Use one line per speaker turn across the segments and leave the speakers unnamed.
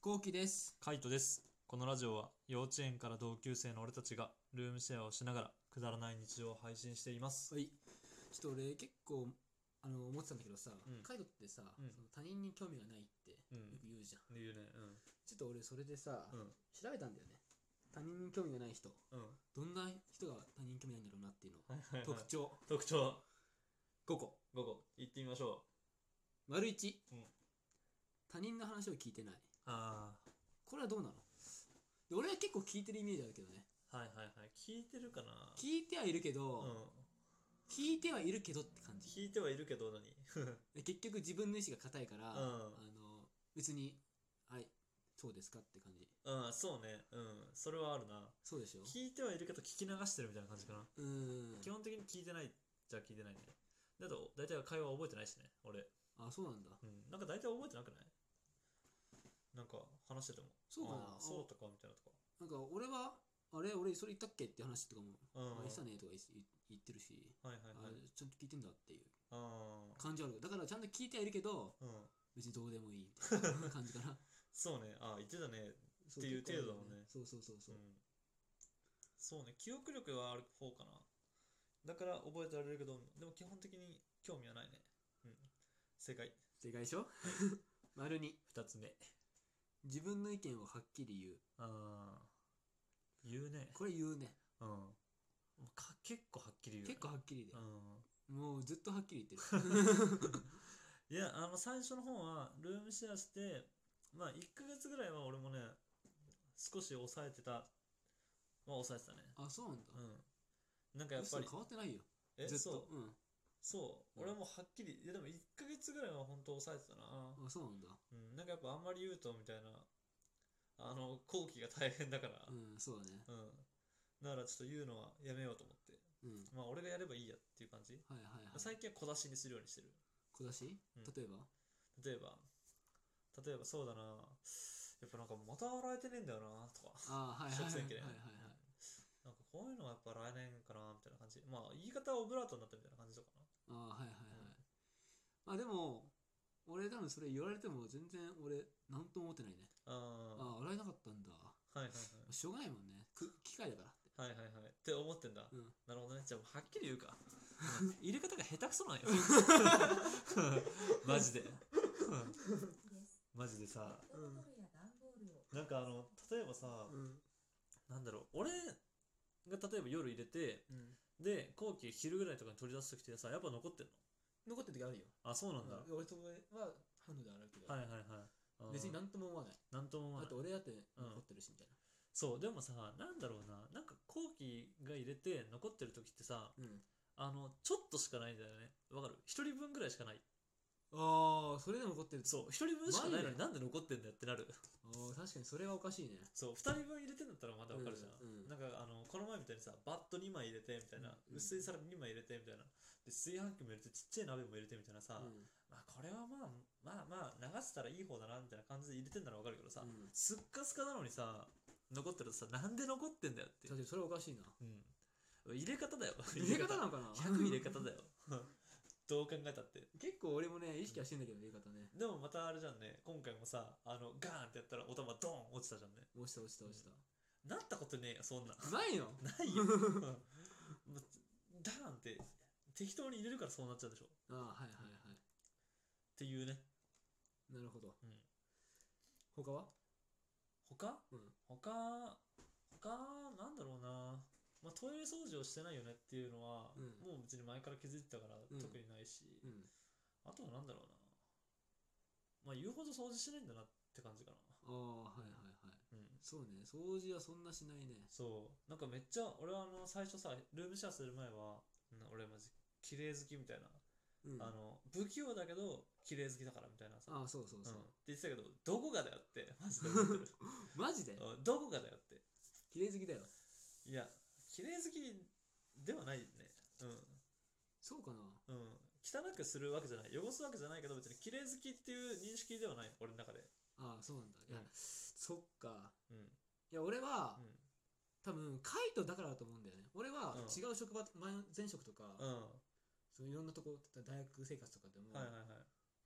こうきです。
カイトです。このラジオは幼稚園から同級生の俺たちがルームシェアをしながらくだらない日常を配信しています。
はい。ちょっと俺結構あの思ってたんだけどさ、
うん
カイトってさ、
うん
その他人に興味がないってよ
うん。
く言うじゃん。
言うね。
ちょっと俺それでさ、
うん。
調べたんだよね。他人に興味がない人、
うん。うん。
どんな人が他人に興味ないんだろうなっていうの。
はいはい、は
特
い。
徴
特徴
5個。
5個行ってみましょ
丸1、
うん
他人の話を聞いてない。
う。あ
これはどうなので俺は結構聞いてるイメージあるけどね。
あ。はいはいはい。聞いてるかな
聞いてはいるけど、
うん。
聞いてはいるけどって感じ。
聞いてはいるけど何
で結局自分の意志が固いから、
うん
あの別に「はいそうですか」って感じ
うん、そうね。うん。それはあるな。
そうでしょ
聞いてはいるけど聞き流してるみたいな感じかな。
うーん
基本的に聞いてないじゃ聞いてないね。だと大体は会話覚えてないしね、俺。
あそうなんだ
うん、なんか大体覚えてなくないなんか話してても。
そうかな
あーそうとかみたいなとか。
なんか俺は「あれ俺それ言ったっけ?」って話とかも「
うん。
あ
は
れ
い
したね」とか言い言ってるし、
はい
あ
はい。
ちゃんと聞いてんだっていう
ああ。
感じはあるだからちゃんと聞いてはいるけど
うん。
別にどうでもいいみたい な感じかな
そうね。ああ、言ってたね。
そ
っていう
結構ある
程度だもんね
そうそうそう
う
そ
ん
う、。
そうね。記憶力はある方かな。だから覚えてられるけど、でも基本的に興味はないね。うん。正解。
正解で しょ丸に
二つ目。
自分の意見をはっきり言う
ああ。言うね。
これ言うね
うん。もうか結構はっきり言う、ね。
結構はっきりで
うん。
もうずっとはっきり言ってる
いや、あの、最初の方は、ルームシェアして、まあ、1ヶ月ぐらいは俺もね、少し抑えてた。まあ、抑えてたね。
あそうなんだ、
うん。なんかやっぱり
嘘、変わってないよ
え、
ずっ
そ
と
う、
う
そう、
うん
俺もはっきり、いや、でも1ヶ月ぐらいは本当抑えてた
ん
な。
あそうなんだ
うん、なんかやっぱあんまり言うと、みたいな、あの、後期が大変だから、
うんそうだね
うん。だからちょっと言うのはやめようと思って。
うん
まあ、俺がやればいいやっていう感じ。
はいはいはい
最近は小出しにするようにしてる。
小出し
うん
例えば
例えば、例えばそうだな、やっぱなんかまた洗えてねえんだよなとか、
ああはいはいはいは
食
い
洗機で
はいはい
なんかこういうのはやっぱ来年かなみたいな感じ。まあ言い方はオブラートになったみたいな感じとかな。
ああはいはいはいまあでも俺多分それ言われても全然俺なんとも思ってないね
あ
ああ洗えなかったんだ
あ、はいはい
しょうがないもんねく機械だからって
はい。はいはいはい。って思ってんだ。
うん
なるほどね。じゃあもうはっきり言うか。うん 入れ方が下手くそなん よ。マジで。マジでさ、
ペットボトルや段ボールを
なんかあの、例えばさ、
うん
なんだろう、俺が例えば夜入れて、
うん
で、後期昼ぐらいとかに取り出すときってさ、やっぱ残ってんの
残ってる時あるよ
あ、そうなんだ。
うん俺と俺はハンドで洗うけど
はいはいはいあー。
別になんとも思わない
なんとも思わ
あ
ない
と俺だって残ってるしみたいな
そう、でもさ、なんだろうな、なんか後期が入れて残ってる時ってさ、
うん
あの、ちょっとしかないんだよね。わかる一人分ぐらいしかない。
ああそれでも残ってる
そう、一人分しかないの
マジ
に
で
なんで残ってんだよってなる。
あー確かにそれはおかしいね
そう、二人分入れてんだったらまだわかるじゃん。
うんうん
なんかあの、この前みたいにさ、バット2枚入れてみたい
う
な、
ん
薄い皿2枚入れてみたいな、で、炊飯器も入れてちっちゃい鍋も入れてみたいな
う
さ、
ん
まあこれはまあ、まあまあ、流せたらいい方だなみたいな感じで入れてんならわかるけど
う
さ、
ん
すっかすかなのにさ、残ってるとさ、なんで残ってんだよっていう
確。かにそれはおかしいな
うん。 入れ方だよ。
入れ方なのかな
?100 入れ方だよ。 どう考えたって。
結構俺もね意識はしてんだけど入れ方ね
でもまたあれじゃんね、今回もさ、あの、ガーンってやったらお玉ドーン落ちたじゃんね。
落ちた落ちた落ちた、
なったことねえよ、そんな。
ないの
ないよ。 うんまダーンって、適当に入れるからそうなっちゃうでしょ。っ
ああはいはいはい、
ていうね。
なるほど
うん。
他は
他
うん
他、他、なんだろうな。まあ、トイレ掃除をしてないよねっていうのは、
うん
もう別に前から気づいてたから、
うん
特にないし。
うん
あとはなんだろうな。まあ言うほど掃除しないんだなって感じかな。
ああはいはいはい
うん。
そうね掃除はそんなしないね
そう。なんかめっちゃ、俺はあの、最初さ、ルームシェアする前は、うん俺マジ、綺麗好きみたいな。
うんあ
あの、不器用だけど、綺麗好きだからみたいなさ。
あそうそう
うん。っ
そう、
て言ってたけど、どこがだよって、マジで
マジで
思ってる。うんどこがだよって。
綺麗好きだよ
いや、綺麗好きではないね。
そうかな
うん。うん。汚くするわけじゃない。汚すわけじゃないけど、別に綺麗好きっていう認識ではない。俺の中で。
ああそうなんだいや、
うん
そっか
うん。
いや俺は、
うん。
多分カイトだからだと思うんだよね俺は
うん
違う職場、前前職とか、
うん。
そういろんなとこ大学生活とかでも、
はいはいはい。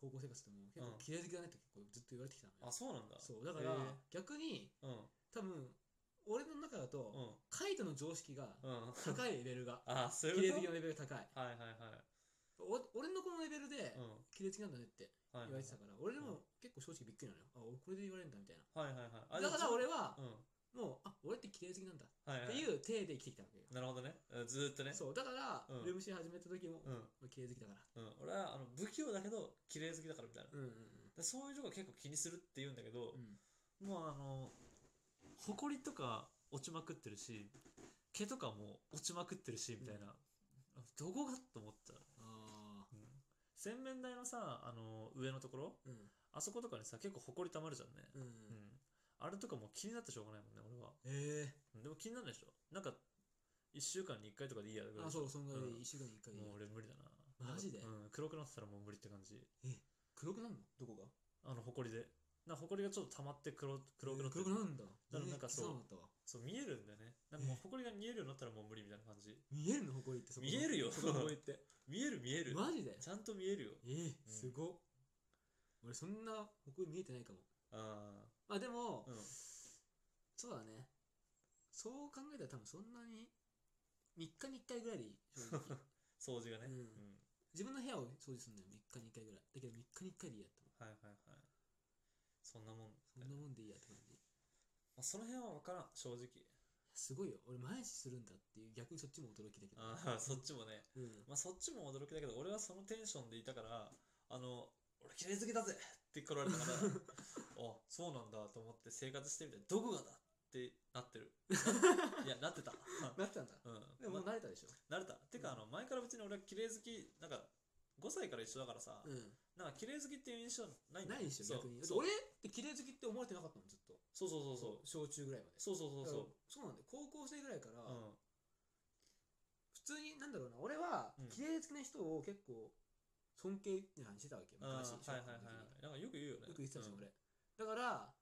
高校生活でも結構嫌い好きだねって結構ずっと言われてきたのよ、
あそうなんだ
そうだから
へ
逆に
えうん
多分俺の中だ
う
と
ん
カイトの常識が
うん
高いレベルが
あそう
綺麗
いう
好
こ
き
と
のレベルが高い
はいはいはい
お俺のこのレベルで
うん
綺麗好きなんだねって
はいはい
言われてたから俺でも結構正直びっくりなのよあ俺これで言われるんだみたいな
はいはいはいあ
だから
じゃあ
俺は
うん
もうあ俺って綺麗好きなんだっ
はいはい
ていう体で生きてきたわけよ
なるほどねうんずーっとね
そうだから
うん
ルームシェア始めた時も
うん
俺綺麗好きだから
うん俺はあの不器用だけど綺麗好きだからみたいな
うんうん
でそういうとこ結構気にするって言うんだけど
うんうん
もうあの埃とか落ちまくってるし毛とかも落ちまくってるしみたいなどこがと思った
あ
洗面台のさあの上のところ
ーうん
あそことかにさ結構埃たまるじゃんね
うんう
うん
ん
あれとかもう気になってしょうがないもんね俺は
え
うんでも気になるでしょなんか1週間に1回とかでいいやぐら
え
い
あ
でし
そ
ょ
うそんぐらいで
うん
1週間に1回
もう俺無理だな
マジで
うん黒くなってたらもう無理って感じ
黒くなるのどこが
あの埃でなんか埃がちょっと溜まって黒黒くなって
黒くなるんだ
だからなんかそう
全然気づなったわ
そう見えるんだよねなんかもう埃が見えるようになったらもう無理みたいな感じ
見えるのほこりってそこの
見えるよ
そこのほこりって
見える 見える
マジで
ちゃんと見えるよ
ええ
うん
すごっ俺そんなほこり見えてないかも
あ
まあでも
あうん
そうだねそう考えたら多分そんなに3日に1回ぐらいでいい正直
掃除がね
う
うんん
自分の部屋を掃除するのよ3日に1回ぐらいだけど3日に1回でいいやって
はいはいはいそんなもん
そんなもんでいいやって感じいや
まあその辺は分からん正直
すごいよ俺毎日するんだっていう逆にそっちも驚きだけど
ああそっちもね
うん
まあそっちも驚きだけど俺はそのテンションでいたからあの俺綺麗好きだぜって来られたから あそうなんだと思って生活してみてどこがだってなっ てるいやなってたう
なったんだ
ん
でももう慣れたでしょ
慣れたてかあの前から別に俺は綺麗好きなんか5歳から一緒だからさ、
うん
なんか綺麗好きっていう印象ないんだ
ないでしょ
そう
逆にだって
そう
俺って綺麗好きって思われてなかったもんずっと
そうそうそうそ
小
う
中ぐらいまで
そうそうそう
だ
そ
からそうなんだよ高校生ぐらいから、
ううん
普通になんだろうな俺は
うん
綺麗好きな人を結構尊敬みたいな話してたわけよ
うんはい
昔小学校の時に、
はいはいはいなんかよく言うよね
よく言ってたでしょ、
うん
俺だから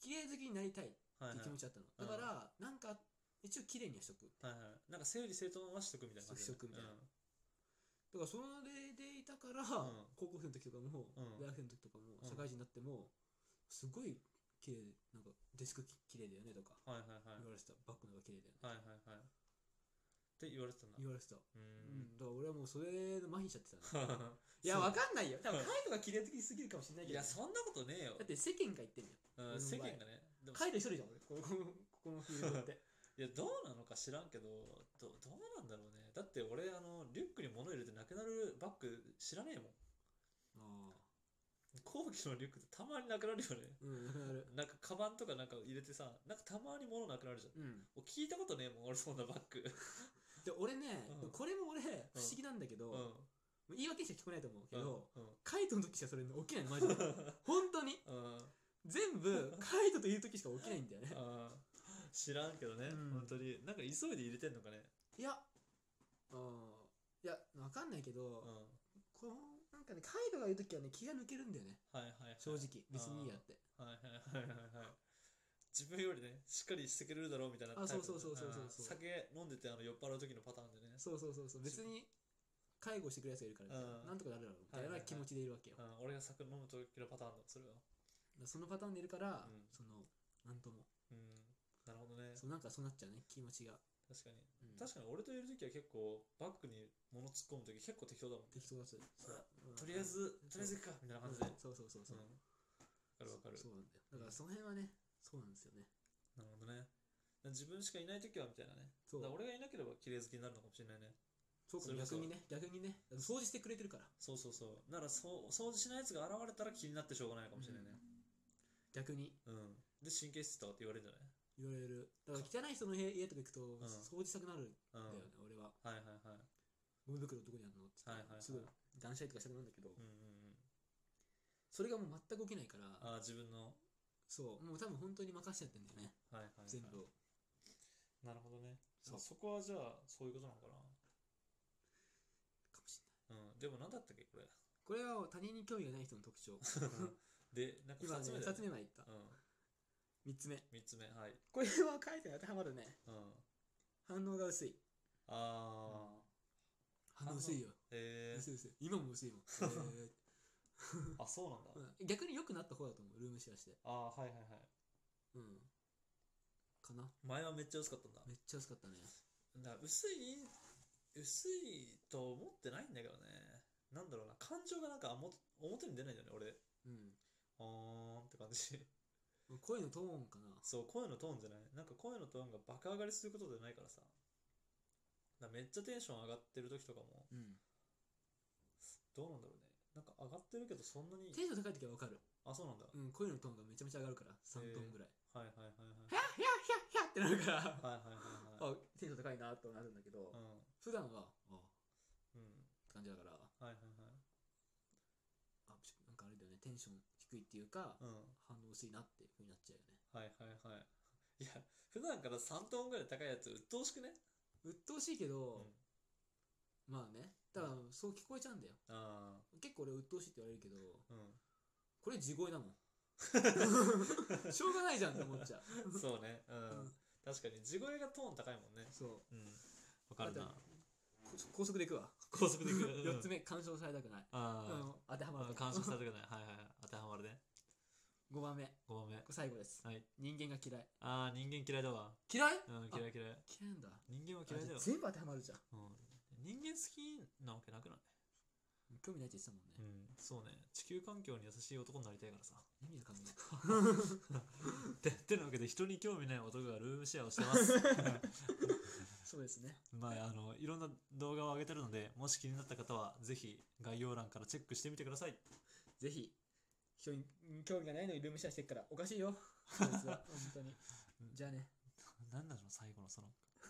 綺麗好きになりたいって
は
い
い
う
はい
気持ちだったの、
うん
だから、なんか一応綺麗にはしとく
はいはいなんか整理整頓はしとくみたいな感じ
し
だね
とくみたいな
うん
だからそれでいたから、
ん
高校生の時とかも、
うん
大学生の時とかも
うん
社会人になっても、すごい綺麗なんかデスク綺麗だよねとか
はいはいはい
言われてた、バッグの方が綺麗だよね、
はいはいはいって言われてたんだ
言われてた、
う
うん、
ん
だから俺はもうそれで麻痺しちゃってたのい
い
や、
や
わ
わか
かんないよ。多分、カイトが綺麗好きすぎるかもしれない
ん
け
い
ど。
や
だ
そんなことねえよ
って世間が言ってんじ
うん世間がね
ゃん。
でも
カイト一人じゃん、俺。この、このこのフィールドって。
いやどうなのか知らんけどどどうなんだろうねだって俺あのリュックに物入れてなくなるバッグ知らねえもん
ああ。
後期のリュックってたまになくなるよね
うん、なくなる。
なんかカバンとかなんか入れてさなんかたまに物なくなるじゃん
うん。
もう聞いたことねえもん俺そんなバッグ
で、俺ね
うん、
これも俺、不思議なんだけど、
うん
もう言い訳しか聞こえないと思うけど、
うん
カイトの時しかそれ起きないの、マ ジで。本当に。
うん、うん
全部、カイトという時しか起きないんだよね。
あー知らんけどね、
うん
本当になんか急いで入れてんのかね
いや、ああ、いや、わかんないけ
うん
ど、この、なんかね、カイトが言う時はね、気が抜けるんだよね。
はいはいはい
正直。別にいいやって。
はいはいはいはいはい自分よりねしっかりしてくれるだろうみたいな
あ
タイプ
そうそうそうそうそう
あー酒飲んでてあの酔っ払う時のパターンでね
そうそうそうそう別に介護してくれるやつがいるからみたいな
うん
なんとかなるだろうみたい
はいは
な
いはい
気持ちでいるわけよ、
うん俺が酒飲む時のパターンだそれは
だからそのパターンでいるから、
うん
そのなんとも
うんなるほどね
そうなんかそうなっちゃうね気持ちが、
確かに
うん
確かに俺といる時は結構バッグに物突っ込む時結構適当だもんね
適当だし、うん
とりあえずとりあえず行くかみたいな感じで
うんそうそうそうそう、
うんわかるわかる
そうなんだよだからその辺はねそうなんですよね
なるほどね自分しかいない時はみたいなね
そう
だから俺がいなければ綺麗好きになるのかもしれないね
そうか
それこそ
逆にね逆にねだって掃除してくれてるから
そうそうそうならそう掃除しないやつが現れたら気になってしょうがないかもしれないね
逆に
うん、で神経質とかって言われるんじゃない
言われるだから汚い人の部屋家とか行くと、掃除したくなるん
うん
だよね、俺は
はいはいはい
ゴミ袋どこにあるのって言って、
はいはいはい
すぐ断捨離とかしたくなるんだけど、
うんうんうん
それがもう全く起きないから
ああ自分の
そう、もう多分本当に任せちゃってんだよね、
はいはい、はい、
全部を。
なるほどね
そう
そこはじゃあそういうことなのか
かもしれない。
なうんでも何だったっ けこれ
これは他人に興味がない人の特徴。
でなんか
今
2
ね、
つ目
2つ目ま
だよ
でいった
う。
3つ目。
ん3つ目はい
これは書いて当てはまるね。
うん
反応が薄い。
ああ
反応薄いよ。
え
薄い薄い。今も薄いもん。えー
あそうなんだ、
うん逆に良くなった方だと思うルームシェアして
あーはいはいはい
うんかな
前はめっちゃ薄かったんだ
めっちゃ安かったね
だから薄い薄いと思ってないんだけどねなんだろうな感情がなんかあも表に出ないんだよね俺
うん
あーんって感じ
声のトーンかな
そう声のトーンじゃないなんか声のトーンが爆上がりすることじゃないからさだからめっちゃテンション上がってる時とかも
うん
どうなんだろうねなんか上がってるけどそんなに
テンション高い時はわかる
あそうなんだ、
うん声のトーンがめちゃめちゃ上がるから3トーンぐらい
はいはいはいはい
ヒャッヒャッヒャッヒャッってなる から
はいはい
あ
はいはい
テンション高いなとなるんだけど
うん
普段はあって
うん
感じだから
はいはい
あちょなんかあれだよねテンション低いっていうか
はいうん
反応薄いなっていう風になっちゃうよね
はいはいはいいや普段から3トーンぐらい高いやつ鬱陶しくね
鬱陶しいけ
う
ど
ん、
まあねだからそう聞こえちゃうんだよ
あ
結構俺鬱陶しいって言われるけど
あうん
これ地声 だもんしょうがないじゃんって思っちゃう
そうね、うん、
うん
確かに地声がトーン高いもんね。
そ
うん、わ
うあと高速でいくわ
高速で いくうん
4つ目干渉されたくないあ
あ
の当てはま
あ、
る
干渉されたくない。はいはいはい、当てはまるね。
5番目
5番目。
これ最後です
はい。
人間が嫌い
ああ、人間嫌いだわ。
嫌い
うん、嫌い嫌い。
嫌いなんだ
人間は
あ
嫌いだ
じゃ
よ
あ。全部当てはまるじゃん
うん、人間好きなわけなくない
興味ないって言ってたもんね
うん、そうね。地球環境に優しい男になりたいからさ。
意味わかん ない
てってなわけで、人に興味ない男がルームシェアをして ます。
そうですね
まあ、あの、いろんな動画を上げてるので、もし気になった方は、ぜひ概要欄からチェックしてみてください。
ぜひ人に興味がないのにルーム シェアしてっからおかしいよこいつは本当にじゃあね
なんだろう、最後のその